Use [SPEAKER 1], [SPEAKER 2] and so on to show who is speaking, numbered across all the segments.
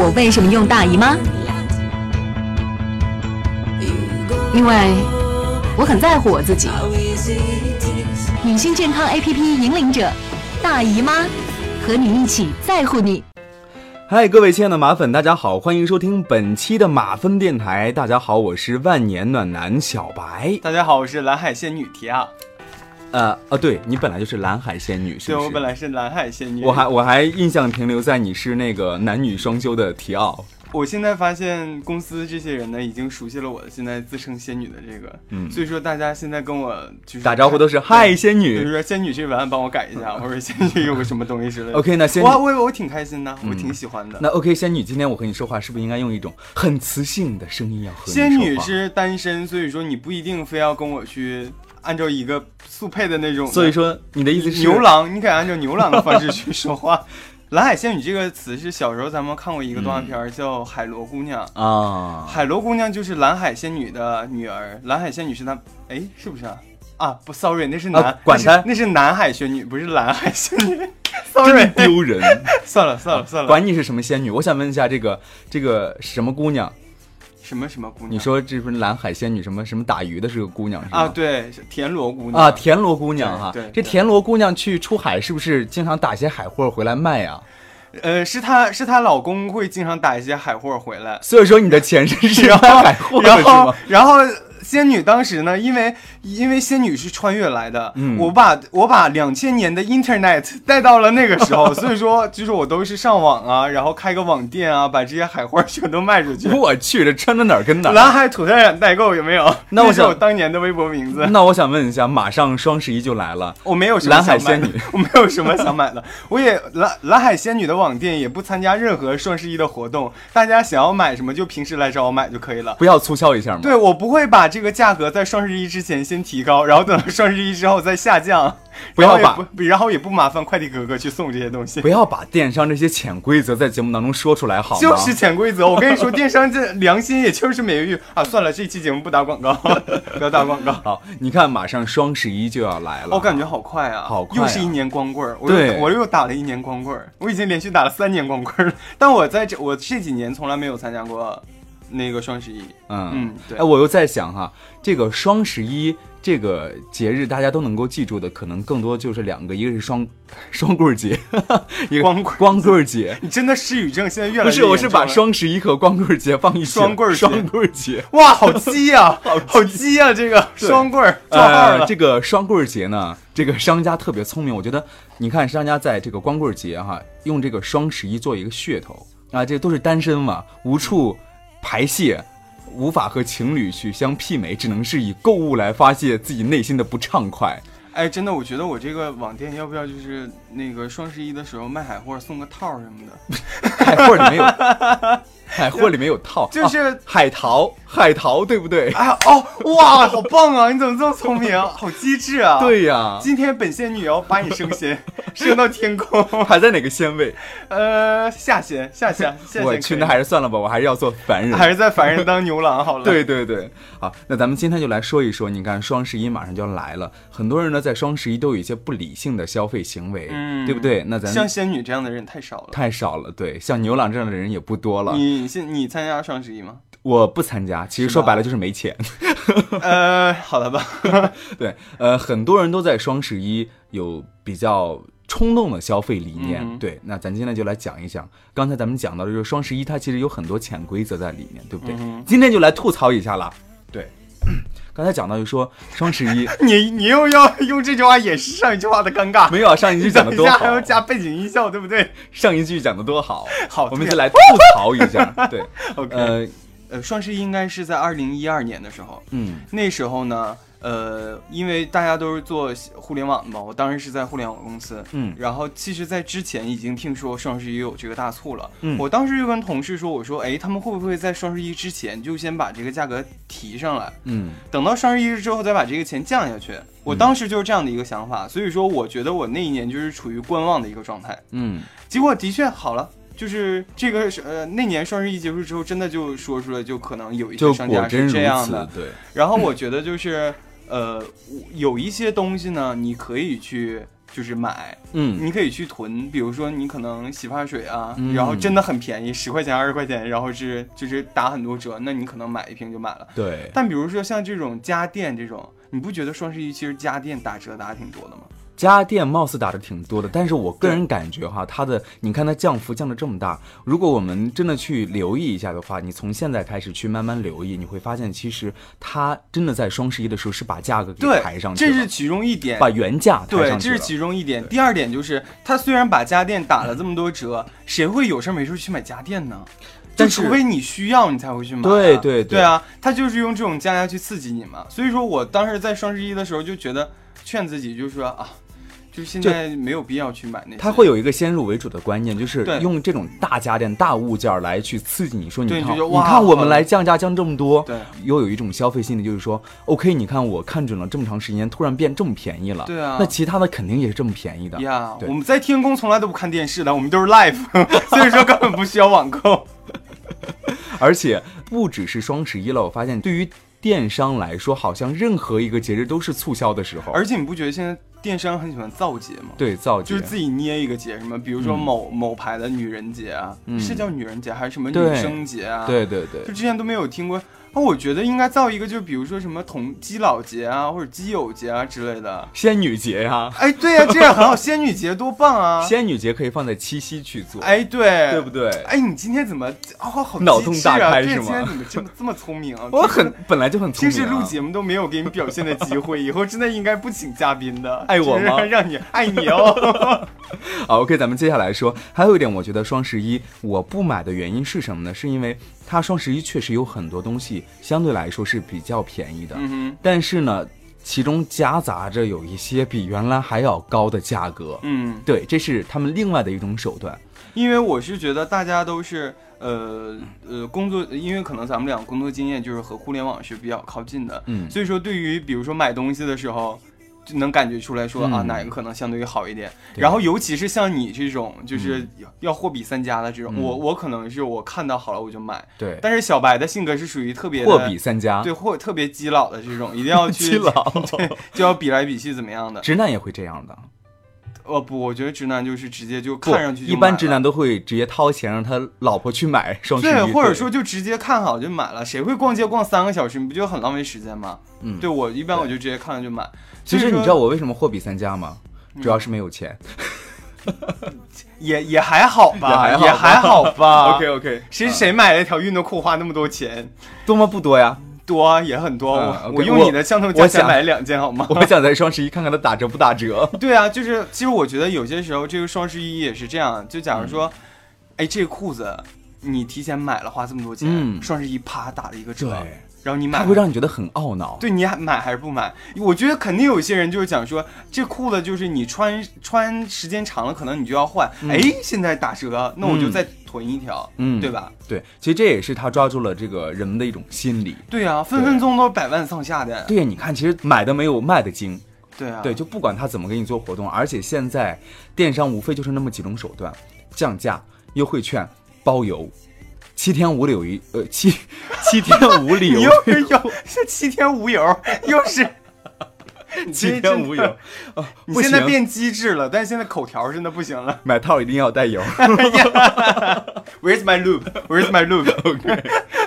[SPEAKER 1] 我为什么用大姨妈？因为我很在乎我自己。女性健康 APP 引领者，大姨妈，和你一起在乎你。
[SPEAKER 2] 嗨，各位亲爱的马粉，大家好，欢迎收听本期的马分电台。大家好，我是万年暖男小白。
[SPEAKER 3] 大家好，我哦是蓝海仙女提啊亚。
[SPEAKER 2] 呃啊，对你本来就是蓝海仙女，是
[SPEAKER 3] 对，
[SPEAKER 2] 不是？
[SPEAKER 3] 我本来是蓝海仙女。
[SPEAKER 2] 我还我还印象停留在你是那个男女双修的提奥。
[SPEAKER 3] 我现在发现公司这些人呢，已经熟悉了我现在自称仙女的这个，
[SPEAKER 2] 嗯
[SPEAKER 3] 所以说大家现在跟我就是
[SPEAKER 2] 打招呼都是嗨，仙
[SPEAKER 3] 比如
[SPEAKER 2] 女。
[SPEAKER 3] 说仙女这文案帮我改一下，或者仙女有个什么东西之类的。
[SPEAKER 2] OK，那仙女嗯
[SPEAKER 3] 我，我我挺开心的，我挺喜欢的。
[SPEAKER 2] 那 OK，仙女，今天我和你说话是不是应该用一种很磁性的声音要和你说话？
[SPEAKER 3] 仙女是单身，所以说你不一定非要跟我去按照一个速配的那种。
[SPEAKER 2] 所以说你的意思是
[SPEAKER 3] 牛郎，你可以按照牛郎的方式去说话。 蓝海仙女这个词是小时候咱们看过一个动画片
[SPEAKER 2] 嗯
[SPEAKER 3] 儿叫《海螺姑娘》，
[SPEAKER 2] 啊？
[SPEAKER 3] 海螺姑娘就是蓝海仙女的女儿，蓝海仙女是她，哎，是不是啊？啊，不，sorry，那是
[SPEAKER 2] 啊
[SPEAKER 3] 南，
[SPEAKER 2] 管
[SPEAKER 3] 那
[SPEAKER 2] 她
[SPEAKER 3] 是那是南海仙女，不是蓝海仙女。
[SPEAKER 2] 真
[SPEAKER 3] sorry，
[SPEAKER 2] 丢人！
[SPEAKER 3] 算了算了算了，
[SPEAKER 2] 管你是什么仙女，我想问一下这个这个什么姑娘？
[SPEAKER 3] 什么什么姑娘？
[SPEAKER 2] 你说这不是蓝海仙女什么什么打鱼的是个姑娘是吗？
[SPEAKER 3] 啊，对，是田螺姑娘
[SPEAKER 2] 啊，田螺姑娘哈
[SPEAKER 3] 对对，
[SPEAKER 2] 这
[SPEAKER 3] 对
[SPEAKER 2] 田螺姑娘去出海是不是经常打些海货回来卖啊？
[SPEAKER 3] 呃，是她是她老公会经常打一些海货回 来，
[SPEAKER 2] 所以说你的前身是 要海货的
[SPEAKER 3] 然
[SPEAKER 2] 是
[SPEAKER 3] 后
[SPEAKER 2] 吗？，
[SPEAKER 3] 然后仙女当时呢，因为因为仙女是穿越来的，
[SPEAKER 2] 嗯
[SPEAKER 3] 我把我把两千年的 Internet 带到了那个 时候，所以说就是我都是上网啊，然后开个网店啊，把这些海花全都卖出去。
[SPEAKER 2] 我去，这穿到哪儿跟哪儿。
[SPEAKER 3] 蓝海土特产代购有没有？
[SPEAKER 2] 那我
[SPEAKER 3] 是
[SPEAKER 2] 想
[SPEAKER 3] 我当年的微博名字。
[SPEAKER 2] 那我想问一下，马上双十一就来了，
[SPEAKER 3] 我没有什么
[SPEAKER 2] 蓝海
[SPEAKER 3] 想买的
[SPEAKER 2] 仙女，
[SPEAKER 3] 我没有什么想买的。我也蓝蓝海仙女的网店也不参加任何双十一的活动，大家想要买什么就平时来找我买就可以了。
[SPEAKER 2] 不要促销一下吗？
[SPEAKER 3] 对，我不会把这个价格在双十一之前先提高，然后等到双十一之后再下降，
[SPEAKER 2] 不要
[SPEAKER 3] 然后也
[SPEAKER 2] 把
[SPEAKER 3] 不然后也不麻烦快递哥哥去送这些东西
[SPEAKER 2] 不。要把电商这些潜规则在节目当中说出来好吗？
[SPEAKER 3] 就是潜规则，我跟你说，电商这良心也就是美誉啊！算了，这期节目不打广告， 不要打广告。
[SPEAKER 2] 好，你看，马上双十一就要来了，
[SPEAKER 3] 我感觉好快啊，
[SPEAKER 2] 好快啊
[SPEAKER 3] 又是一年光棍儿，我
[SPEAKER 2] 对
[SPEAKER 3] 又我又打了一年光棍儿，我已经连续打了三年光棍儿了。但我在这我这几年从来没有参加过那个双十一，
[SPEAKER 2] 嗯
[SPEAKER 3] 嗯，对
[SPEAKER 2] 哎，我又在想哈，这个双十一这个节日，大家都能够记住的，可能更多就是两个，一个是双双棍儿节，一个
[SPEAKER 3] 光棍儿
[SPEAKER 2] 光棍儿节。
[SPEAKER 3] 你真的失语症现 在越来
[SPEAKER 2] 不
[SPEAKER 3] 越
[SPEAKER 2] 是，我是
[SPEAKER 3] 严重
[SPEAKER 2] 把
[SPEAKER 3] 了
[SPEAKER 2] 双十一和光棍儿节放一起了。
[SPEAKER 3] 双棍儿节
[SPEAKER 2] 双棍儿节，
[SPEAKER 3] 哇，好鸡呀、 好好鸡呀、这个
[SPEAKER 2] 对
[SPEAKER 3] 双棍儿撞号
[SPEAKER 2] 呃，
[SPEAKER 3] 了。
[SPEAKER 2] 这个双棍儿节呢，这个商家特别聪明，我觉得，你看商家在这个光棍儿节哈，用这个双十一做一个噱头啊，这都是单身嘛，无处排泄，无法和情侣去相媲美，只能是以购物来发泄自己内心的不畅 快。
[SPEAKER 3] 哎，真的，我觉得我这个网店要不要就是那个双十一的时候卖海货送个套儿什么
[SPEAKER 2] 哦
[SPEAKER 3] 的，
[SPEAKER 2] 海货里面有，海货里面有套，
[SPEAKER 3] 就
[SPEAKER 2] 啊
[SPEAKER 3] 是。
[SPEAKER 2] 海淘，海淘对不对？
[SPEAKER 3] 哎呀哦哇，好棒啊！你怎么这么聪明，好机智 啊！，
[SPEAKER 2] 对呀、
[SPEAKER 3] 今天本仙女要把你升 仙，升到天空。
[SPEAKER 2] 还在哪个仙位？
[SPEAKER 3] 呃，下仙，下仙，下仙 可
[SPEAKER 2] 我
[SPEAKER 3] 以。
[SPEAKER 2] 去，那还是算了吧，我还是要做凡人。
[SPEAKER 3] 还是在凡人当牛郎好了。
[SPEAKER 2] 对对对，好，那咱们今天就来说一说，你看双十一马上就要来了，很多人呢在双十一都有一些不理性的消费行为，
[SPEAKER 3] 嗯
[SPEAKER 2] 对不对？那咱
[SPEAKER 3] 像仙女这样的人太少了。
[SPEAKER 2] 太少了，对，像牛郎这样的人也不多了。
[SPEAKER 3] 你现你参加双十 一吗？
[SPEAKER 2] 我不参加，其实
[SPEAKER 3] 是
[SPEAKER 2] 说
[SPEAKER 3] 吧
[SPEAKER 2] 白了就是没钱。
[SPEAKER 3] 呃，好了吧。
[SPEAKER 2] 对，呃，很多人都在双十一有比较冲动的消费理念。
[SPEAKER 3] 嗯
[SPEAKER 2] 对，那咱今天就来讲一讲，刚才咱们讲到的就是双十一，它其实有很多潜规则在里面，对不对？
[SPEAKER 3] 嗯
[SPEAKER 2] 今天就来吐槽一下啦。对， 刚才讲到就说双十一
[SPEAKER 3] 你你又要用这句话掩饰上一句话的尴尬，
[SPEAKER 2] 没有啊，上一句讲的
[SPEAKER 3] 等一
[SPEAKER 2] 多 好
[SPEAKER 3] 下还，要加背景音效，对不对？
[SPEAKER 2] 上一句讲的多好，啊
[SPEAKER 3] 好
[SPEAKER 2] 我们
[SPEAKER 3] 对
[SPEAKER 2] 就来吐槽一下。对，
[SPEAKER 3] 哦 OK，呃
[SPEAKER 2] 呃，
[SPEAKER 3] 双十一应该是在二零一二年的时候，
[SPEAKER 2] 嗯
[SPEAKER 3] 那时候呢，呃，因为大家都是做互联网嘛，我当时是在互联网公司。
[SPEAKER 2] 嗯
[SPEAKER 3] 然后，其实，在之前已经听说双十一有这个大促了。
[SPEAKER 2] 嗯
[SPEAKER 3] 我当时就跟同事说：“我说，哎，他们会不会在双十一之前就先把这个价格提上来？
[SPEAKER 2] 嗯，
[SPEAKER 3] 等到双十一之后再把这个钱降下去。我当时就是这样的一个想法，所以说我觉得我那一年就是处于观望的一个状态。
[SPEAKER 2] 嗯，
[SPEAKER 3] 结果的确好了，就是这个是呃那年双十一结束之后，真的就说出来，就可能有一些
[SPEAKER 2] 就
[SPEAKER 3] 商
[SPEAKER 2] 果
[SPEAKER 3] 家
[SPEAKER 2] 真
[SPEAKER 3] 是
[SPEAKER 2] 如
[SPEAKER 3] 这样
[SPEAKER 2] 此
[SPEAKER 3] 的。，
[SPEAKER 2] 对，
[SPEAKER 3] 然后我觉得就是呃，有一些东西呢，你可以去就是买，
[SPEAKER 2] 嗯
[SPEAKER 3] 你可以去囤，比如说你可能洗发水啊，
[SPEAKER 2] 嗯
[SPEAKER 3] 然后真的很便宜，十块钱、二十块钱，然后是就是打很多折，那你可能买一瓶就买了。
[SPEAKER 2] 对，
[SPEAKER 3] 但比如说像这种家电这种，你不觉得双十一其实家电打折打得挺多的吗？
[SPEAKER 2] 家电貌似打的挺多的，但是我个人感觉哈，它的你看它降幅降的这么大，如果我们真的去留意一下的话，你从现在开始去慢慢留意，你会发现其实它真的在双十一的时候是把价格给
[SPEAKER 3] 对
[SPEAKER 2] 抬上，去
[SPEAKER 3] 这
[SPEAKER 2] 了，
[SPEAKER 3] 是其中一点。
[SPEAKER 2] 把原价抬
[SPEAKER 3] 对，
[SPEAKER 2] 上
[SPEAKER 3] 这
[SPEAKER 2] 去了。
[SPEAKER 3] 是其中一点。第二点就是，它虽然把家电打了这么多折，谁会有事儿没事儿去买家电呢？
[SPEAKER 2] 但
[SPEAKER 3] 就是除非你需要，你才会去买啊、
[SPEAKER 2] 对对对
[SPEAKER 3] 对啊，它就是用这种价格去刺激你嘛。所以说我当时在双十一的时候就觉得，劝自己就是说啊，就是现
[SPEAKER 2] 就
[SPEAKER 3] 在没有必要去买那些。
[SPEAKER 2] 它会有一个先入为主的观念，就是
[SPEAKER 3] 对
[SPEAKER 2] 用这种大家电、大物件儿来去刺激你说，你
[SPEAKER 3] 对
[SPEAKER 2] 看，
[SPEAKER 3] 你就
[SPEAKER 2] 你
[SPEAKER 3] 哇
[SPEAKER 2] 看我
[SPEAKER 3] 好
[SPEAKER 2] 们来降价降这么多，
[SPEAKER 3] 对
[SPEAKER 2] 又有一种消费心理，就是说，OK，你看我看准了这么长时间，突然变这么便宜了，
[SPEAKER 3] 对啊
[SPEAKER 2] 那其他的肯定也是这么便宜的，
[SPEAKER 3] 呀，
[SPEAKER 2] 对
[SPEAKER 3] 我们在天宫从来都不看电视的，我们都是 live，所以说根本不需要网购。
[SPEAKER 2] 而且不只是双十一了，我发现对于电商来说，好像任何一个节日都是促销的时候，
[SPEAKER 3] 而且你不觉得现在电商很喜欢造节吗？
[SPEAKER 2] 对造节
[SPEAKER 3] 就是自己捏一个节什么，比如说某、某牌的女人节啊，
[SPEAKER 2] 嗯
[SPEAKER 3] 是叫女人节还是什么女
[SPEAKER 2] 对
[SPEAKER 3] 生节啊？，
[SPEAKER 2] 对对对
[SPEAKER 3] 就之前都没有听过。啊，我觉得应该造一个，就比如说什么同基佬节啊，或者基友节啊之类的。
[SPEAKER 2] 仙女节呀、
[SPEAKER 3] 哎，对呀、这 样很好，仙女节多棒啊！
[SPEAKER 2] 仙女节可以放在七夕去做，
[SPEAKER 3] 哎，对，
[SPEAKER 2] 对不对？
[SPEAKER 3] 哎，你今天怎么哦，好
[SPEAKER 2] 脑洞大开
[SPEAKER 3] 机智啊、对
[SPEAKER 2] 是吗
[SPEAKER 3] 今天怎么这么这么聪明 啊？
[SPEAKER 2] 我很本来就很聪
[SPEAKER 3] 平
[SPEAKER 2] 明、
[SPEAKER 3] 时
[SPEAKER 2] 啊，
[SPEAKER 3] 录节目都没有给你表现的机会，以后真的应该不请嘉宾的。
[SPEAKER 2] 爱我吗
[SPEAKER 3] 就是让你爱你 哦。
[SPEAKER 2] 好，OK，咱们接下来说，还有一点，我觉得双十一我不买的原因是什么呢？是因为它双十一确实有很多东西相对来说是比较便宜的，
[SPEAKER 3] 嗯哼，
[SPEAKER 2] 但是呢，其中夹杂着有一些比原来还要高的价格。
[SPEAKER 3] 嗯，
[SPEAKER 2] 对，这是他们另外的一种手段。
[SPEAKER 3] 因为我是觉得大家都是呃呃工作，因为可能咱们俩工作经验就是和互联网是比较靠近的，
[SPEAKER 2] 嗯
[SPEAKER 3] 所以说对于比如说买东西的时候。就能感觉出来说、啊，
[SPEAKER 2] 嗯
[SPEAKER 3] 哪个可能相对于好一点？
[SPEAKER 2] 对嗯
[SPEAKER 3] 然后尤其是像你这种，就是要货比三家的这种，我我可能是我看到好了我就买，
[SPEAKER 2] 对，
[SPEAKER 3] 但是小白的性格是属于特别的
[SPEAKER 2] 货比三家，
[SPEAKER 3] 对货特别基佬的这种，一定要去
[SPEAKER 2] 基佬
[SPEAKER 3] 对，就要比来比去怎么样的？
[SPEAKER 2] 直男也会这样的。
[SPEAKER 3] 哦不，我觉得直男就是直接就
[SPEAKER 2] 不
[SPEAKER 3] 看上去就
[SPEAKER 2] 一
[SPEAKER 3] 买
[SPEAKER 2] 般
[SPEAKER 3] 了
[SPEAKER 2] 直男都会直接掏钱让他老婆去买双十一，
[SPEAKER 3] 对，或者
[SPEAKER 2] 对
[SPEAKER 3] 说就直接看好就买了，谁会逛街逛三个小时？你不就很浪费时间吗？
[SPEAKER 2] 嗯
[SPEAKER 3] 对我一般我就直接看了就买。
[SPEAKER 2] 其实
[SPEAKER 3] 所以
[SPEAKER 2] 你
[SPEAKER 3] 说嗯
[SPEAKER 2] 知道我为什么货比三家吗？主要是没有钱。
[SPEAKER 3] 也也还好吧，
[SPEAKER 2] 也
[SPEAKER 3] 也
[SPEAKER 2] 还
[SPEAKER 3] 还好吧。
[SPEAKER 2] OK，
[SPEAKER 3] 谁谁买了一条运动裤花那么多钱？
[SPEAKER 2] 多么不多呀？
[SPEAKER 3] 多啊也很多，
[SPEAKER 2] 啊
[SPEAKER 3] 我
[SPEAKER 2] OK，
[SPEAKER 3] 我用
[SPEAKER 2] 我
[SPEAKER 3] 你的相同
[SPEAKER 2] 我
[SPEAKER 3] 价钱
[SPEAKER 2] 想
[SPEAKER 3] 买两件好吗？
[SPEAKER 2] 我想在双十一看看它打折不打折。
[SPEAKER 3] 对啊，就是其实我觉得有些时候这个双十一也是这样，就
[SPEAKER 2] 嗯
[SPEAKER 3] 假如说，哎、这个裤子你提前买了花这么多钱，
[SPEAKER 2] 嗯
[SPEAKER 3] 双十一啪打了一个折
[SPEAKER 2] 对，
[SPEAKER 3] 然后你买
[SPEAKER 2] 它
[SPEAKER 3] 了
[SPEAKER 2] 会让你觉得很懊恼。
[SPEAKER 3] 对你还买还是不买？我觉得肯定有些人就是讲说，这裤子就是你穿穿时间长了，可能你就要换。哎、现在打折，那我就
[SPEAKER 2] 嗯
[SPEAKER 3] 再囤一条，
[SPEAKER 2] 嗯
[SPEAKER 3] 对吧？
[SPEAKER 2] 对其实这也是他抓住了这个人们的一种心理。
[SPEAKER 3] 对啊，分分钟都是百万上下的。
[SPEAKER 2] 对，你看，其实买的没有卖的精。
[SPEAKER 3] 对啊，
[SPEAKER 2] 对，就不管他怎么给你做活动，而且现在电商无非就是那么几种手段：降价、优惠券、包邮。七天无理由一呃 七七天无理
[SPEAKER 3] 你
[SPEAKER 2] 由
[SPEAKER 3] 又是有是七天无油，又是 你
[SPEAKER 2] 七
[SPEAKER 3] 这
[SPEAKER 2] 天
[SPEAKER 3] 真
[SPEAKER 2] 无
[SPEAKER 3] 的
[SPEAKER 2] 油啊！
[SPEAKER 3] 你
[SPEAKER 2] 不
[SPEAKER 3] 现在
[SPEAKER 2] 行
[SPEAKER 3] 变机智了，但是现在口条真的不行了。
[SPEAKER 2] 买套一定要带 油。
[SPEAKER 3] Where's my lube？Where's my lube？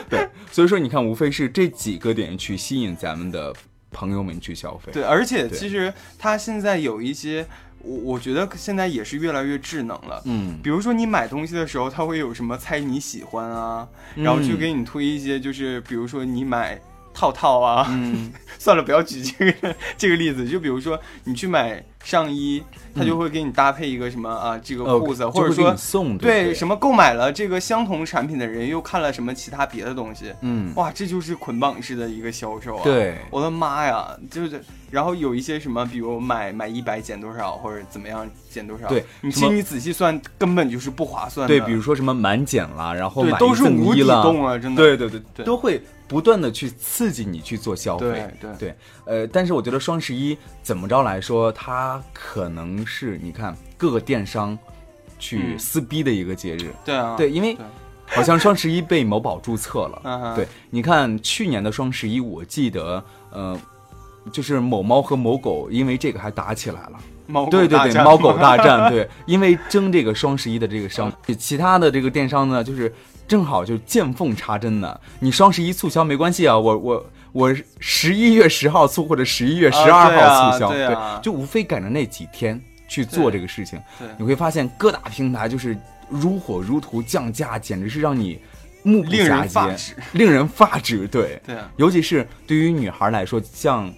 [SPEAKER 2] 对，所以说你看，无非是这几个点去吸引咱们的朋友们去消费。
[SPEAKER 3] 对，而且
[SPEAKER 2] 对
[SPEAKER 3] 其实它现在有一些，我我觉得现在也是越来越智能了。
[SPEAKER 2] 嗯，
[SPEAKER 3] 比如说你买东西的时候，它会有什么猜你喜欢啊，然后
[SPEAKER 2] 嗯
[SPEAKER 3] 去给你推一些，就是比如说你买套套啊，
[SPEAKER 2] 嗯
[SPEAKER 3] 算了，不要举这个 这个例子，就比如说你去买上衣，它就会给你搭配一个什么啊这个
[SPEAKER 2] 呃
[SPEAKER 3] 裤子，
[SPEAKER 2] 嗯就
[SPEAKER 3] 或者
[SPEAKER 2] 会给
[SPEAKER 3] 说
[SPEAKER 2] 你送对不
[SPEAKER 3] 对，什么购买了这个相同产品的人又看了什么其他别的东西，
[SPEAKER 2] 嗯
[SPEAKER 3] 哇，这就是捆绑式的一个销售啊！
[SPEAKER 2] 对
[SPEAKER 3] 我的妈呀，就是，然后有一些什么，比如买买一百减多少，或者怎么样减多少，
[SPEAKER 2] 对
[SPEAKER 3] 你其
[SPEAKER 2] 什
[SPEAKER 3] 实
[SPEAKER 2] 么
[SPEAKER 3] 你仔细算，根本就是不划啊算的。
[SPEAKER 2] 对，比如说什么满减啦，然后
[SPEAKER 3] 对
[SPEAKER 2] 买
[SPEAKER 3] 都
[SPEAKER 2] 一
[SPEAKER 3] 是
[SPEAKER 2] 赠
[SPEAKER 3] 无
[SPEAKER 2] 一
[SPEAKER 3] 底
[SPEAKER 2] 啦
[SPEAKER 3] 洞啊真的
[SPEAKER 2] 对对对，
[SPEAKER 3] 对
[SPEAKER 2] 都会不断的去刺激你去做消费，
[SPEAKER 3] 对对
[SPEAKER 2] 呃，但是我觉得双十一怎么着来说，它可能是你看各个电商去
[SPEAKER 3] 嗯
[SPEAKER 2] 撕逼的一个节日，
[SPEAKER 3] 对啊，
[SPEAKER 2] 对，因为
[SPEAKER 3] 对
[SPEAKER 2] 好像双十一被某宝注册了。
[SPEAKER 3] 嗯哼
[SPEAKER 2] 对，你看去年的双十一，我记得，呃，就是某猫和某狗因为这个还打起来了。
[SPEAKER 3] 猫狗
[SPEAKER 2] 对对
[SPEAKER 3] 大
[SPEAKER 2] 对，
[SPEAKER 3] 战
[SPEAKER 2] 猫狗大战，对，因为争这个双十一的这个商，其他的这个电商呢，就是正好就见缝插针呢。你双十一促销没关系啊，我我我十一月十号促或者十一月十
[SPEAKER 3] 啊
[SPEAKER 2] 二
[SPEAKER 3] 对啊
[SPEAKER 2] 号促销，
[SPEAKER 3] 对啊
[SPEAKER 2] 就无非赶着那几天去做
[SPEAKER 3] 对
[SPEAKER 2] 这个事情，
[SPEAKER 3] 对
[SPEAKER 2] 你会发现各大平台就是如火如荼降价，简直是让你目不
[SPEAKER 3] 令
[SPEAKER 2] 暇
[SPEAKER 3] 人发
[SPEAKER 2] 接，
[SPEAKER 3] 指。
[SPEAKER 2] 令人发指，对。
[SPEAKER 3] 对啊，
[SPEAKER 2] 尤其是对于女孩来说，像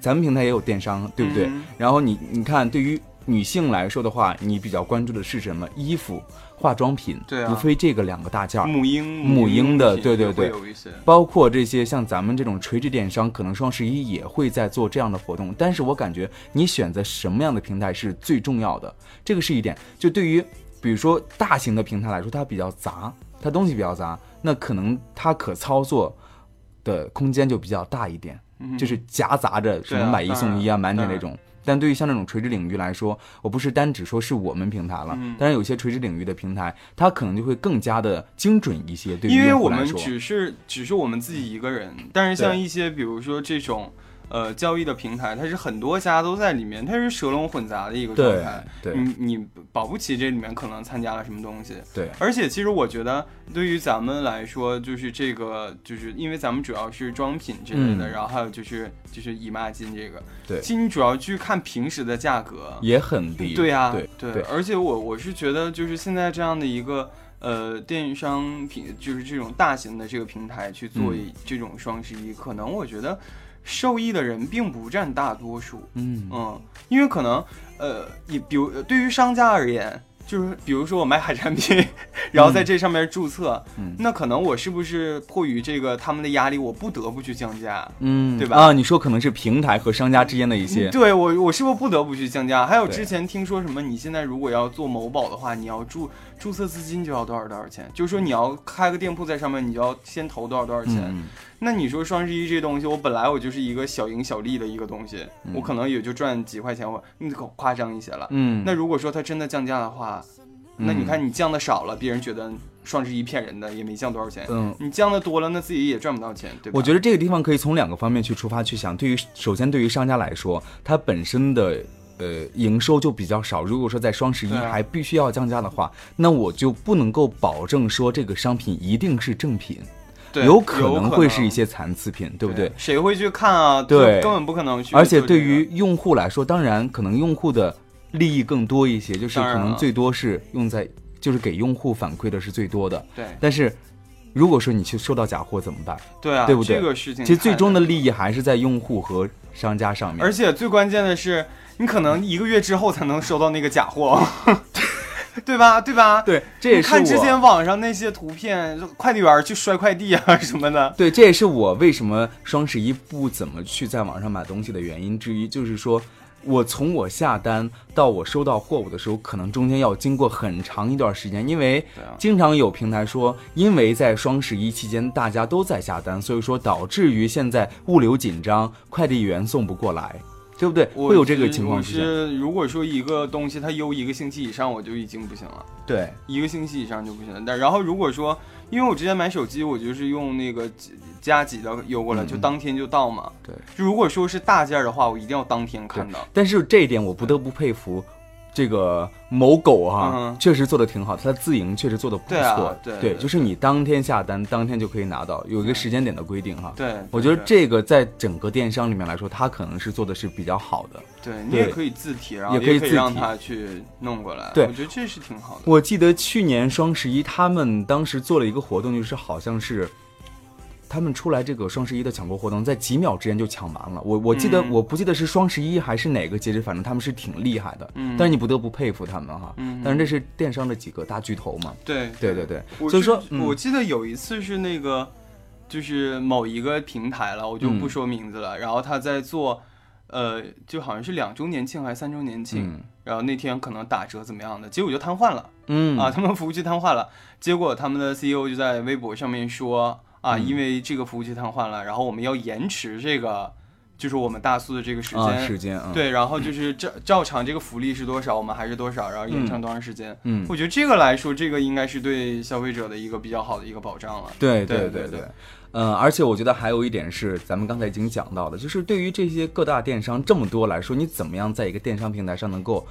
[SPEAKER 2] 咱们平台也有电商，对不对？
[SPEAKER 3] 嗯
[SPEAKER 2] 然后你你看，对于女性来说的话，你比较关注的是什么？衣服、化妆品，
[SPEAKER 3] 对啊嗯
[SPEAKER 2] 无非这个两个大件儿。
[SPEAKER 3] 母婴
[SPEAKER 2] 母婴的
[SPEAKER 3] 品
[SPEAKER 2] 对对
[SPEAKER 3] 也
[SPEAKER 2] 对
[SPEAKER 3] 会有一些
[SPEAKER 2] 包括这些像咱们这种垂直电商，可能双十一也会在做这样的活动。但是我感觉你选择什么样的平台是最重要的，这个是一点。就对于比如说大型的平台来说，它比较杂，它东西比较杂，那可能它可操作的空间就比较大一点，
[SPEAKER 3] 嗯
[SPEAKER 2] 就是夹杂着什
[SPEAKER 3] 对
[SPEAKER 2] 么
[SPEAKER 3] 啊
[SPEAKER 2] 买一送一啊、
[SPEAKER 3] 当
[SPEAKER 2] 满
[SPEAKER 3] 然
[SPEAKER 2] 减这种。但对于像这种垂直领域来说，我不是单只说是我们平台了，
[SPEAKER 3] 嗯
[SPEAKER 2] 但是有些垂直领域的平台，它可能就会更加的精准一些。对于
[SPEAKER 3] 因为
[SPEAKER 2] 用户
[SPEAKER 3] 我
[SPEAKER 2] 来
[SPEAKER 3] 们
[SPEAKER 2] 说
[SPEAKER 3] 只是只是我们自己一个人，但是像一些比如说这种呃交易的平台，它是很多家都在里面，它是蛇龙混杂的一个状
[SPEAKER 2] 对
[SPEAKER 3] 态。
[SPEAKER 2] 对
[SPEAKER 3] 你嗯你保不齐这里面可能参加了什么东西。
[SPEAKER 2] 对，
[SPEAKER 3] 而且其实我觉得，对于咱们来说，就是这个，就是因为咱们主要是装品之类的，
[SPEAKER 2] 嗯
[SPEAKER 3] 然后还有就是就是姨妈巾这个，
[SPEAKER 2] 对
[SPEAKER 3] 其实你主要去看平时的价格，
[SPEAKER 2] 也很低。
[SPEAKER 3] 对呀、
[SPEAKER 2] 对
[SPEAKER 3] 对而且我我是觉得，就是现在这样的一个呃电商平，就是这种大型的这个平台去做
[SPEAKER 2] 嗯
[SPEAKER 3] 这种双十一，可能我觉得受益的人并不占大多数。
[SPEAKER 2] 嗯
[SPEAKER 3] 嗯，因为可能呃，也比如对于商家而言，就是比如说我卖海产品， 然后在这上面注册，
[SPEAKER 2] 嗯
[SPEAKER 3] 那可能我是不是迫于这个他们的压力，我不得不去降价？
[SPEAKER 2] 嗯，
[SPEAKER 3] 对吧
[SPEAKER 2] 啊，你说可能是平台和商家之间的一些，
[SPEAKER 3] 对我，我是不是不得不去降价？还有
[SPEAKER 2] 对
[SPEAKER 3] 之前听说什么，你现在如果要做某宝的话，你要注注册资金就要多少多少钱，就是说你要开个店铺在上面，你就要先投多少多少钱。
[SPEAKER 2] 嗯，
[SPEAKER 3] 那你说双十一这东西，我本来我就是一个小盈小利的一个东西，我可能也就赚几块钱，我你夸张一些了。
[SPEAKER 2] 嗯，
[SPEAKER 3] 那如果说它真的降价的话，那你看你降的少了，别人觉得双十一骗人的，也没降多少钱。
[SPEAKER 2] 嗯
[SPEAKER 3] 你降的多了，那自己也赚不到钱，对吧？
[SPEAKER 2] 我觉得这个地方可以从两个方面去出发去想。对于首先对于商家来说，它本身的呃营收就比较少。如果说在双十一
[SPEAKER 3] 对啊
[SPEAKER 2] 还必须要降价的话，那我就不能够保证说这个商品一定是正品，
[SPEAKER 3] 对
[SPEAKER 2] 有
[SPEAKER 3] 可
[SPEAKER 2] 可能会是一些残次品，对
[SPEAKER 3] 对
[SPEAKER 2] 不对？
[SPEAKER 3] 谁会去看啊？
[SPEAKER 2] 对
[SPEAKER 3] 根本不可能去做这个。
[SPEAKER 2] 而且对于用户来说，当然可能用户的利益更多一些，就是
[SPEAKER 3] 当
[SPEAKER 2] 可
[SPEAKER 3] 然
[SPEAKER 2] 能
[SPEAKER 3] 了
[SPEAKER 2] 最多是用在，就是给用户反馈的是最多的。
[SPEAKER 3] 对
[SPEAKER 2] 但是如果说你去收到假货怎么办？
[SPEAKER 3] 对啊，
[SPEAKER 2] 对不对
[SPEAKER 3] 这个事情
[SPEAKER 2] 其实最终
[SPEAKER 3] 的，
[SPEAKER 2] 的利益还是在用户和商家上面。
[SPEAKER 3] 而且最关键的是，你可能一个月之后才能收到那个假 货，对吧？对吧？。
[SPEAKER 2] 对，这也
[SPEAKER 3] 你
[SPEAKER 2] 是
[SPEAKER 3] 看之前
[SPEAKER 2] 我
[SPEAKER 3] 网上那些图片，就快递员去摔快递啊什么的，
[SPEAKER 2] 对，这也是我为什么双十一不怎么去在网上买东西的原因之一，就是说。我从我下单到我收到货物的时候，可能中间要经过很长一段时间，因为
[SPEAKER 3] 对啊
[SPEAKER 2] 经常有平台说，因为在双十一期间大家都在下单，所以说导致于现在物流紧张，快递员送不过来，对不对？
[SPEAKER 3] 我
[SPEAKER 2] 会有这个
[SPEAKER 3] 是
[SPEAKER 2] 情况
[SPEAKER 3] 我
[SPEAKER 2] 出现。
[SPEAKER 3] 是如果说一个东西它邮一个星期以上，我就已经不行了。
[SPEAKER 2] 对，
[SPEAKER 3] 一个星期以上就不行了。但然后如果说，因为我之前买手机，我就是用那个几加急的邮过来，就当天就到嘛。
[SPEAKER 2] 嗯对，
[SPEAKER 3] 如果说是大件儿的话，我一定要当天看到。
[SPEAKER 2] 但是这一点我不得不佩服这个某狗哈、
[SPEAKER 3] 嗯哼
[SPEAKER 2] 确实做的挺好，它自营确实做的不错。
[SPEAKER 3] 对啊对对
[SPEAKER 2] 就是你当天下单，当天就可以拿到，有一个时间点的规定哈。
[SPEAKER 3] 对，
[SPEAKER 2] 我觉得
[SPEAKER 3] 对
[SPEAKER 2] 这个在整个电商里面来说，它可能是做的是比较好的。
[SPEAKER 3] 对你也
[SPEAKER 2] 对
[SPEAKER 3] 可以自提，然后
[SPEAKER 2] 也可以
[SPEAKER 3] 也可
[SPEAKER 2] 自
[SPEAKER 3] 以
[SPEAKER 2] 提
[SPEAKER 3] 让他去弄过来。
[SPEAKER 2] 对
[SPEAKER 3] 我觉得这是挺好的。
[SPEAKER 2] 我记得去年双十一，他们当时做了一个活动，就是好像是他们出来这个双十一的抢购活动，在几秒之间就抢完了。我我记得、
[SPEAKER 3] 嗯
[SPEAKER 2] 我不记得是双十一还是哪个节日，反正他们是挺厉害的。
[SPEAKER 3] 嗯
[SPEAKER 2] 但是你不得不佩服他们哈。
[SPEAKER 3] 嗯
[SPEAKER 2] 但是这是电商的几个大巨头嘛。
[SPEAKER 3] 对
[SPEAKER 2] 对对对，
[SPEAKER 3] 我
[SPEAKER 2] 所以
[SPEAKER 3] 是
[SPEAKER 2] 说嗯
[SPEAKER 3] 我记得有一次是那个，就是某一个平台了，我就
[SPEAKER 2] 嗯
[SPEAKER 3] 不说名字了。然后他在做，呃，就好像是两周年庆还是三周年庆，
[SPEAKER 2] 嗯
[SPEAKER 3] 然后那天可能打折怎么样的，结果就瘫痪了。
[SPEAKER 2] 嗯
[SPEAKER 3] 啊，他们服务器瘫痪了，结果他们的 CEO 就在
[SPEAKER 2] 嗯
[SPEAKER 3] 微博上面说啊，因为这个服务器瘫痪了，然后我们要延迟这个就是我们大四的这个时间，
[SPEAKER 2] 啊，时间啊，，
[SPEAKER 3] 对，然后就是照照常这个福利是多少，我们还是多少，然后延长多长时间。
[SPEAKER 2] 嗯，
[SPEAKER 3] 我觉得这个来说，这个应该是对消费者的一个比较好的一个保障了。
[SPEAKER 2] 对对
[SPEAKER 3] 对对对
[SPEAKER 2] 嗯，而且我觉得还有一点是，咱们刚才已经讲到的，就是对于这些各大电商这么多来说，你怎么样在一个电商平台上能够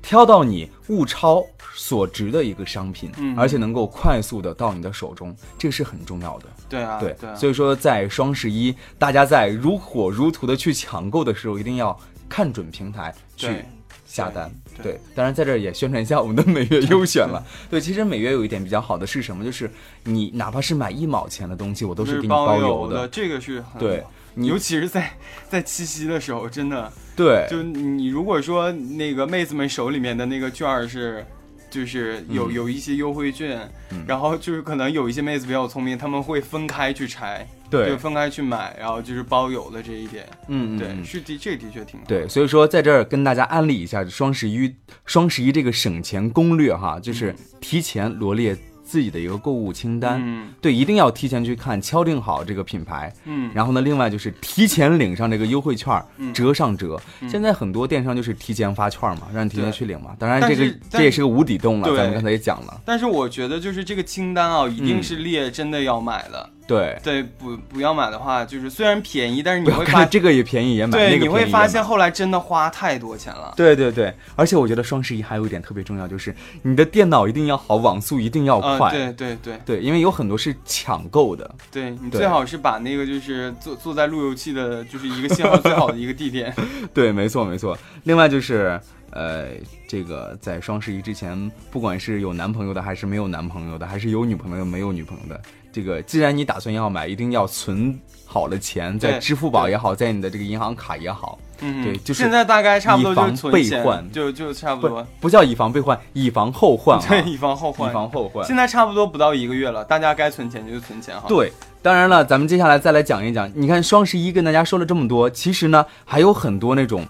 [SPEAKER 2] 挑到你物超所值的一个商品，
[SPEAKER 3] 嗯
[SPEAKER 2] 而且能够快速的到你的手中，这个是很重要的。
[SPEAKER 3] 对啊，
[SPEAKER 2] 对，
[SPEAKER 3] 对啊，
[SPEAKER 2] 所以说在双十一，大家在如火如荼的去抢购的时候，一定要看准平台去
[SPEAKER 3] 对
[SPEAKER 2] 下单。
[SPEAKER 3] 对
[SPEAKER 2] 对，当然在这儿也宣传一下我们的每月优选了。对，其实每月有一点比较好的是什么？就是你哪怕是买一毛钱的东西，我都是给你包
[SPEAKER 3] 包
[SPEAKER 2] 邮
[SPEAKER 3] 的，
[SPEAKER 2] 的。
[SPEAKER 3] 这个是很
[SPEAKER 2] 对
[SPEAKER 3] 好，
[SPEAKER 2] 你
[SPEAKER 3] 尤其是在在七夕的时候，真的
[SPEAKER 2] 对，
[SPEAKER 3] 就你如果说那个妹子们手里面的那个券儿是。就是有
[SPEAKER 2] 嗯
[SPEAKER 3] 有一些优惠券，
[SPEAKER 2] 嗯
[SPEAKER 3] 然后就是可能有一些妹子比较聪明，她们会分开去拆，
[SPEAKER 2] 对嗯
[SPEAKER 3] 就，分开去买，然后就是包邮的这一点，
[SPEAKER 2] 嗯，嗯
[SPEAKER 3] 对，
[SPEAKER 2] 嗯
[SPEAKER 3] 是的，这个的确挺好。
[SPEAKER 2] 对，所以说在这儿跟大家安利一下双十一，双十一这个省钱攻略哈，就是提前罗列自己的一个购物清单。
[SPEAKER 3] 嗯
[SPEAKER 2] 对，一定要提前去看，敲定好这个品牌，
[SPEAKER 3] 嗯，
[SPEAKER 2] 然后呢，另外就是提前领上这个优惠券儿，
[SPEAKER 3] 嗯
[SPEAKER 2] 折上折。
[SPEAKER 3] 嗯
[SPEAKER 2] 现在很多电商就是提前发券儿嘛，让你提前
[SPEAKER 3] 对
[SPEAKER 2] 去领嘛。当然，
[SPEAKER 3] 但
[SPEAKER 2] 这
[SPEAKER 3] 是
[SPEAKER 2] 个
[SPEAKER 3] 但
[SPEAKER 2] 这也是个无底洞了，
[SPEAKER 3] 对
[SPEAKER 2] 咱们刚才也讲了。
[SPEAKER 3] 但是我觉得就是这个清单啊，一定
[SPEAKER 2] 嗯
[SPEAKER 3] 是列真的要买的。
[SPEAKER 2] 对，
[SPEAKER 3] 对，不不要买的话，就是虽然便宜，但是你
[SPEAKER 2] 不要
[SPEAKER 3] 会发
[SPEAKER 2] 看，这个也便宜也买，那
[SPEAKER 3] 对，
[SPEAKER 2] 个
[SPEAKER 3] 你会
[SPEAKER 2] 便宜也
[SPEAKER 3] 发
[SPEAKER 2] 买
[SPEAKER 3] 现后来真的花太多钱了。
[SPEAKER 2] 对对对，而且我觉得双十一还有一点特别重要，就是你的电脑一定要好，网速一定要
[SPEAKER 3] 嗯、
[SPEAKER 2] 快。
[SPEAKER 3] 对对对
[SPEAKER 2] 对，因为有很多是抢购的。
[SPEAKER 3] 对，你
[SPEAKER 2] 对
[SPEAKER 3] 最好是把那个就是坐坐在路由器的，就是一个信号最好的一个 地点。
[SPEAKER 2] 对，没错没错。另外就是，呃，这个在双十一之前，不管是有男朋友的，还是没有男朋友的，还是有女朋友没有女朋友的，这个既然你打算要买，一定要存好了钱，在
[SPEAKER 3] 对
[SPEAKER 2] 支付宝
[SPEAKER 3] 对
[SPEAKER 2] 也好，在你的这个银行卡也好，
[SPEAKER 3] 嗯，
[SPEAKER 2] 对就是
[SPEAKER 3] 现在大概差不多
[SPEAKER 2] 以
[SPEAKER 3] 就
[SPEAKER 2] 防
[SPEAKER 3] 是存
[SPEAKER 2] 备
[SPEAKER 3] 钱，
[SPEAKER 2] 患
[SPEAKER 3] 就就差不
[SPEAKER 2] 不
[SPEAKER 3] 多，
[SPEAKER 2] 不叫以防备患，以防后患、啊，
[SPEAKER 3] 对，以防后患。
[SPEAKER 2] 以防后患。
[SPEAKER 3] 现在差不多不到一个月了，大家该存钱就存钱哈。
[SPEAKER 2] 对，当然了，咱们接下来再来讲一讲。你看双十一跟大家说了这么多，其实呢还有很多那种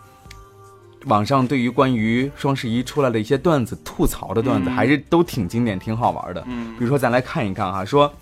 [SPEAKER 2] 网上对于关于双十一出来的一些段子、吐槽的段子，
[SPEAKER 3] 嗯
[SPEAKER 2] 还是都挺经典、挺好玩的。
[SPEAKER 3] 嗯
[SPEAKER 2] 比如说，咱来看一看哈，说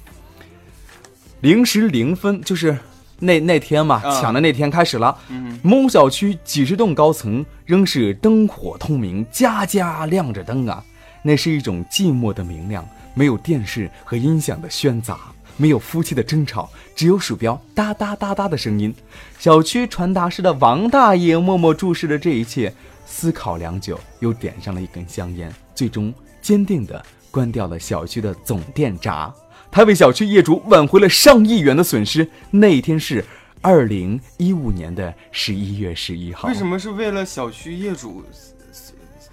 [SPEAKER 2] 零时零分就是那那天嘛，
[SPEAKER 3] 啊
[SPEAKER 2] 抢的那天开始了。
[SPEAKER 3] 嗯，
[SPEAKER 2] 某小区几十栋高层仍是灯火通明，家家亮着灯啊。那是一种寂寞的明亮，没有电视和音响的喧杂，没有夫妻的争吵，只有鼠标哒哒哒哒的声音。小区传达室的王大爷默默注视着这一切，思考良久，又点上了一根香烟，最终坚定地关掉了小区的总电闸。他为小区业主挽回了上亿元的损失。那一天是二零一五年的十一月十一号。
[SPEAKER 3] 为什？么是为了小区业主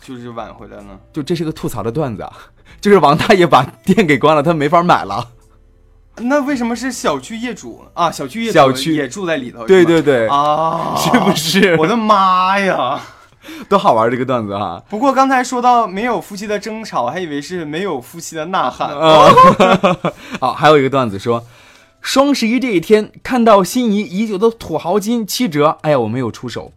[SPEAKER 3] 就是挽回来呢？
[SPEAKER 2] 就这是个吐槽的段子，啊， 就是王大爷把店给关了，他没法买 了。
[SPEAKER 3] 那为什么是小区业主啊？小区业主
[SPEAKER 2] 小区
[SPEAKER 3] 也住在里头，
[SPEAKER 2] 对
[SPEAKER 3] 是吗
[SPEAKER 2] 对对，
[SPEAKER 3] 啊，
[SPEAKER 2] 是不是？
[SPEAKER 3] 我的妈呀！
[SPEAKER 2] 多好玩这个段子啊哈、
[SPEAKER 3] 不过刚才说到没有夫妻的争吵，还以为是没有夫妻的呐喊。
[SPEAKER 2] 呃 哦，还有一个段子说，双十一这一天看到心仪已久的土豪金七折，哎呀，我没有出手；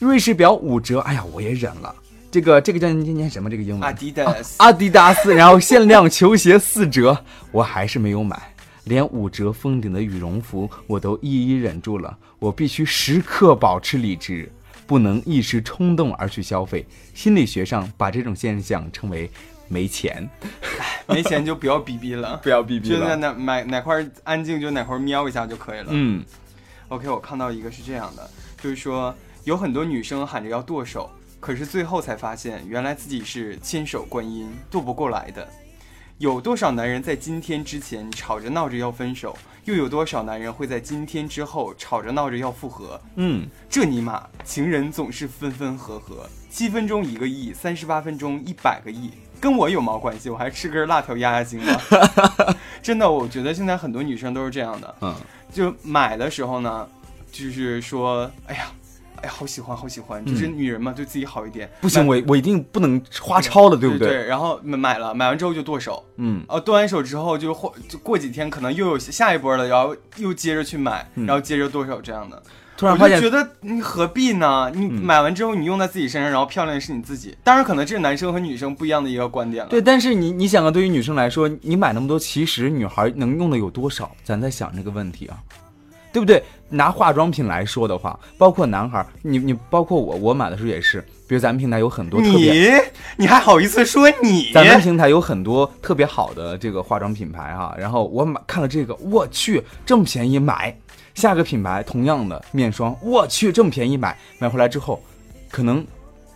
[SPEAKER 2] 瑞士表五折，哎呀，我也忍了。这个这个叫念念什么？这个英文？啊
[SPEAKER 3] 阿迪达 斯，
[SPEAKER 2] 阿迪达斯，然后限量球鞋四折，我还是没有买，连五折封顶的羽绒服我都一一忍住了。我必须时刻保持理智，不能一时冲动而去消费。心理学上把这种现象称为“没钱
[SPEAKER 3] 没钱就不要逼逼了”，。
[SPEAKER 2] 不要逼逼
[SPEAKER 3] 就
[SPEAKER 2] 了。
[SPEAKER 3] 在哪买哪块儿安静就哪块儿瞄一下就可以了。
[SPEAKER 2] 嗯
[SPEAKER 3] OK，我看到一个是这样的，就是说有很多女生喊着要剁手，可是最后才发现原来自己是千手观音，剁不过来的。有多少男人在今天之前吵着闹着要分手，又有多少男人会在今天之后吵着闹着要复合？
[SPEAKER 2] 嗯，
[SPEAKER 3] 这尼玛，情人总是分分合合，七分钟一个亿，三十八分钟一百个亿，跟我有毛关系？我还吃根辣条压压惊吧。 真的，我觉得现在很多女生都是这样的，
[SPEAKER 2] 嗯，
[SPEAKER 3] 就买的时候呢，就是说，哎呀，哎呀，好喜欢，好喜欢，就是女人嘛，对自己好一点。
[SPEAKER 2] 嗯不行，
[SPEAKER 3] 买
[SPEAKER 2] 我我一定不能花超了，对不
[SPEAKER 3] 对？然后买了，买完之后就剁手，
[SPEAKER 2] 嗯，
[SPEAKER 3] 呃，剁完手之后就或就过几天可能又有下一波了，然后又接着去买，
[SPEAKER 2] 嗯
[SPEAKER 3] 然后接着剁手这样的。
[SPEAKER 2] 突然
[SPEAKER 3] 我
[SPEAKER 2] 发
[SPEAKER 3] 就觉
[SPEAKER 2] 现，嗯
[SPEAKER 3] 得你何必呢？你买完之后你用在自己身上，然后漂亮的是你自己。当然，可能这是男生和女生不一样的一个观点了。
[SPEAKER 2] 对，但是你你想啊，对于女生来说，你买那么多，其实女孩能用的有多少？咱在想这个问题啊。对不对？拿化妆品来说的话，包括男孩儿，你你包括我，我买的时候也是，比如咱们平台有很多特别
[SPEAKER 3] 你你还好意思说你？
[SPEAKER 2] 咱们平台有很多特别好的这个化妆品牌哈、然后我买看了这个，我去这么便宜买，下个品牌同样的面霜，我去这么便宜买，买回来之后，可能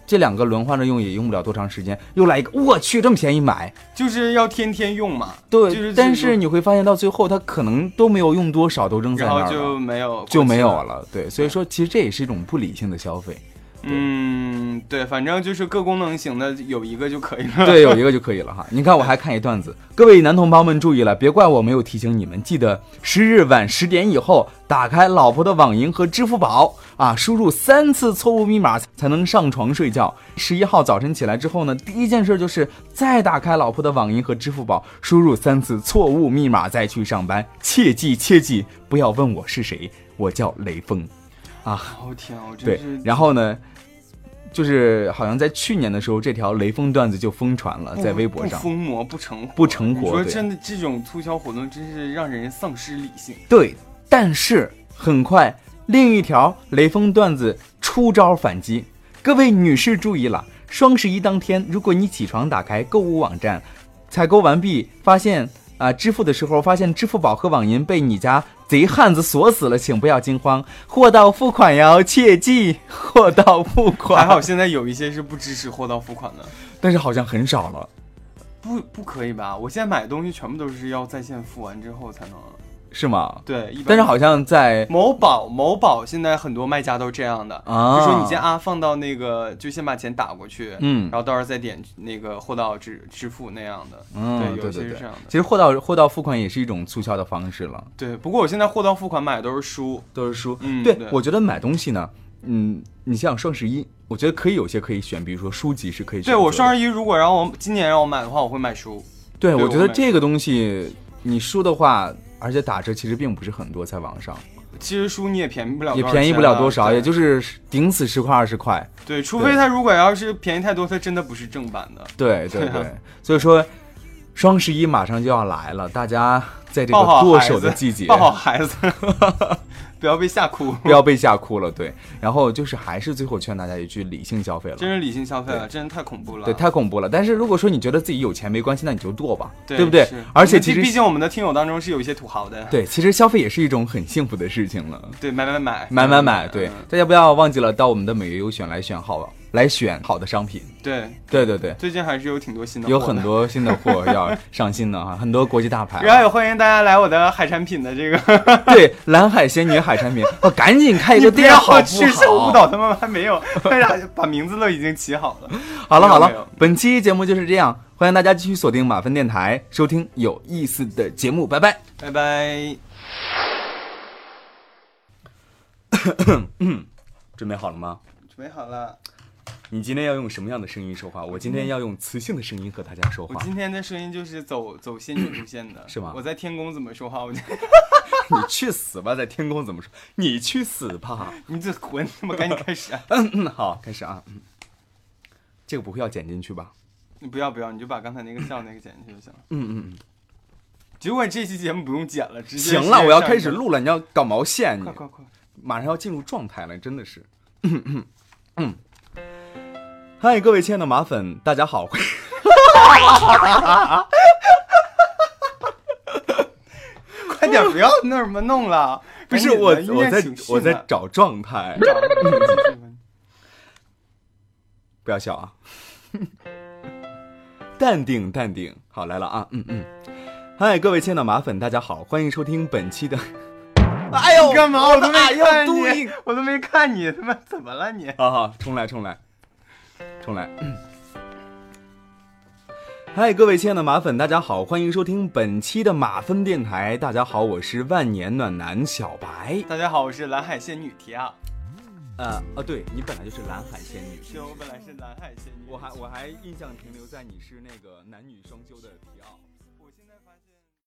[SPEAKER 2] 这两个轮换着用也用不了多长时间，又来一个，我去这么便宜买，
[SPEAKER 3] 就是要天天用嘛，
[SPEAKER 2] 对，
[SPEAKER 3] 就是
[SPEAKER 2] 但
[SPEAKER 3] 这
[SPEAKER 2] 是
[SPEAKER 3] 种
[SPEAKER 2] 你会发现到最后它可能都没有用多少，都扔在
[SPEAKER 3] 然
[SPEAKER 2] 那
[SPEAKER 3] 后
[SPEAKER 2] 儿
[SPEAKER 3] 就
[SPEAKER 2] 了，
[SPEAKER 3] 没有
[SPEAKER 2] 就没有
[SPEAKER 3] 过期。
[SPEAKER 2] 了，对，所以说其实这也是一种不理性的消费，
[SPEAKER 3] 嗯，对，反正就是各功能型的有一个就可以 了。
[SPEAKER 2] 对，有一个就可以了哈。你看，我还看一段子，各位男同胞们注意了，别怪我没有提醒你们，记得十日晚十点以后打开老婆的网银和支付宝啊，输入三次错误密码才能上床睡觉。十一号早晨起来之后呢，第一件事就是再打开老婆的网银和支付宝，输入三次错误密码再去上班。切记切记，不要问我是谁，我叫雷锋。
[SPEAKER 3] 我哦天，啊我真
[SPEAKER 2] 对
[SPEAKER 3] 是，
[SPEAKER 2] 然后呢，就是好像在去年的时候，这条雷锋段子就疯传了，在
[SPEAKER 3] 不
[SPEAKER 2] 微博上
[SPEAKER 3] 不。疯魔不成活
[SPEAKER 2] 不成活
[SPEAKER 3] 你说
[SPEAKER 2] 对
[SPEAKER 3] 真的，这种促销活动真是让人丧失理 性。
[SPEAKER 2] 对，但是很快另一条雷锋段子出招反击。各位女士注意了，双十一当天，如果你起床打开购物网站，采购完毕发现啊、支付的时候发现支付宝和网银被你家贼汉子锁死了，请不要惊慌，货到付款哟，切记 货到付款。
[SPEAKER 3] 还好，现在有一些是不支持货到付款的，
[SPEAKER 2] 但是好像很少了。
[SPEAKER 3] 不不可以吧？我现在买的东西全部都是要在线付完之后才能。
[SPEAKER 2] 是吗？
[SPEAKER 3] 对，一般
[SPEAKER 2] 但是好像 在
[SPEAKER 3] 某宝某宝现在很多卖家都这样的，
[SPEAKER 2] 啊
[SPEAKER 3] 就说你先啊放到那个，就先把钱打过去，
[SPEAKER 2] 嗯
[SPEAKER 3] 然后到时候再点那个货到支支付那样的，
[SPEAKER 2] 嗯，
[SPEAKER 3] 对，有
[SPEAKER 2] 对
[SPEAKER 3] 些
[SPEAKER 2] 对
[SPEAKER 3] 是
[SPEAKER 2] 对
[SPEAKER 3] 这样的。
[SPEAKER 2] 其实货到货到付款也是一种促销的方式了。
[SPEAKER 3] 对，不过我现在货到付款买的都是书，
[SPEAKER 2] 都是书。
[SPEAKER 3] 嗯
[SPEAKER 2] 对
[SPEAKER 3] 对
[SPEAKER 2] 我觉得买东西呢，嗯，你像双十一，我觉得可以有些可以选，比如说书籍是可以选择
[SPEAKER 3] 对
[SPEAKER 2] 的。
[SPEAKER 3] 我双十一如果让我今年让我买的话，我会买书。
[SPEAKER 2] 对，
[SPEAKER 3] 对
[SPEAKER 2] 我觉得
[SPEAKER 3] 我买
[SPEAKER 2] 这个东西，你书的话，而且打折其实并不是很多，在网上
[SPEAKER 3] 其实书你也便宜不了，
[SPEAKER 2] 也便宜不了多少，
[SPEAKER 3] 啊对
[SPEAKER 2] 也就是顶死十块二十块。
[SPEAKER 3] 对，除非它如果要是便宜太多，它真的不是正版的。
[SPEAKER 2] 对对
[SPEAKER 3] 对啊
[SPEAKER 2] 对，所以说双十一马上就要来了，大家在这
[SPEAKER 3] 抱
[SPEAKER 2] 个
[SPEAKER 3] 好
[SPEAKER 2] 剁
[SPEAKER 3] 孩
[SPEAKER 2] 手的
[SPEAKER 3] 子
[SPEAKER 2] 季节，
[SPEAKER 3] 抱好孩子， 不要被吓哭。
[SPEAKER 2] 不要被吓哭了。对，然后就是还是最后劝大家一句，理性消费了。
[SPEAKER 3] 真是理性消费了，真是太恐怖了。
[SPEAKER 2] 对，太恐怖了。但是如果说你觉得自己有钱没关系，那你就剁吧，不对
[SPEAKER 3] 是？
[SPEAKER 2] 而且
[SPEAKER 3] 我们
[SPEAKER 2] 其
[SPEAKER 3] 毕
[SPEAKER 2] 实
[SPEAKER 3] 毕竟我们的听友当中是有一些土豪的，
[SPEAKER 2] 对，其实消费也是一种很幸福的事情了。
[SPEAKER 3] 对，买买买
[SPEAKER 2] 买买买，对
[SPEAKER 3] 嗯，
[SPEAKER 2] 大家不要忘记了到我们的每月优选来选好，来选好的商品。
[SPEAKER 3] 对，
[SPEAKER 2] 对对对，
[SPEAKER 3] 最近还是有挺多新的，
[SPEAKER 2] 有很。多新的货要上新的哈，很多国际大牌
[SPEAKER 3] 然后
[SPEAKER 2] 啊。
[SPEAKER 3] 也欢迎大家来我的海产品的这
[SPEAKER 2] 哎
[SPEAKER 3] 个，
[SPEAKER 2] 对，蓝海仙女海产品，我赶紧开一
[SPEAKER 3] 你
[SPEAKER 2] 个
[SPEAKER 3] 不
[SPEAKER 2] 店
[SPEAKER 3] 要
[SPEAKER 2] 好
[SPEAKER 3] 去
[SPEAKER 2] 不
[SPEAKER 3] 误
[SPEAKER 2] 好？
[SPEAKER 3] 导他们，还没有，为啥把名字都已经起好了？
[SPEAKER 2] 好了好
[SPEAKER 3] 没有没
[SPEAKER 2] 了
[SPEAKER 3] 有，
[SPEAKER 2] 本期节目就是这样，欢迎大家继续锁定马芬电台，收听有意思的节目，拜拜。
[SPEAKER 3] 拜拜。
[SPEAKER 2] 准备好了吗？
[SPEAKER 3] 准备好了，
[SPEAKER 2] 你今天要用什么样的声音说话？我今天要用磁性的声音和大家说
[SPEAKER 3] 嗯我
[SPEAKER 2] 话。
[SPEAKER 3] 今天的声音就是走走仙女路线的，
[SPEAKER 2] 是吗
[SPEAKER 3] 我在天宫怎么说话，我就
[SPEAKER 2] 你去死吧，在天宫怎么说？你去死 吧！
[SPEAKER 3] 你这混，他妈赶紧开始啊！
[SPEAKER 2] 嗯，好，开始啊。嗯这个不会要剪进去吧？
[SPEAKER 3] 你不要不要，你就把刚才那个笑那个剪进去就行了。
[SPEAKER 2] 嗯嗯，
[SPEAKER 3] 结果这期节目不用剪了，直接
[SPEAKER 2] 行了，我要开
[SPEAKER 3] 上
[SPEAKER 2] 始
[SPEAKER 3] 一个，
[SPEAKER 2] 录了。你要搞毛线，你
[SPEAKER 3] 快快快！
[SPEAKER 2] 马上要进入状态了，真的是。嗯嗯，嗨，各位亲爱的马粉，大家
[SPEAKER 3] 哎
[SPEAKER 2] 好。
[SPEAKER 3] 快点，不要那什么弄了。
[SPEAKER 2] 不是
[SPEAKER 3] 赶紧
[SPEAKER 2] 我
[SPEAKER 3] 的，音
[SPEAKER 2] 我
[SPEAKER 3] 乐
[SPEAKER 2] 在
[SPEAKER 3] 情绪
[SPEAKER 2] 我在
[SPEAKER 3] 呢
[SPEAKER 2] 找状态，不要笑啊， 淡定淡定。好，来了啊，嗯嗯。嗨，各位亲爱的马粉，大家好，欢迎收听本期 的。哎呦
[SPEAKER 3] 你干嘛？我都 没
[SPEAKER 2] 哎呦
[SPEAKER 3] 看
[SPEAKER 2] 嘟
[SPEAKER 3] 你
[SPEAKER 2] 音，
[SPEAKER 3] 我都没看你，他妈怎么了你？
[SPEAKER 2] 好好，重来，重来，重来。 嗨，各位亲爱的马粉，大家好，欢迎收听本期的马分电台。大家好，我是万年暖男小白。
[SPEAKER 3] 大家好，我是蓝海仙女提亚。
[SPEAKER 2] 呃，哦，对你本来就是蓝海仙女，
[SPEAKER 3] 对，我本来是蓝海仙女。
[SPEAKER 2] 我还我还印象停留在你是那个男女双修的迪奥。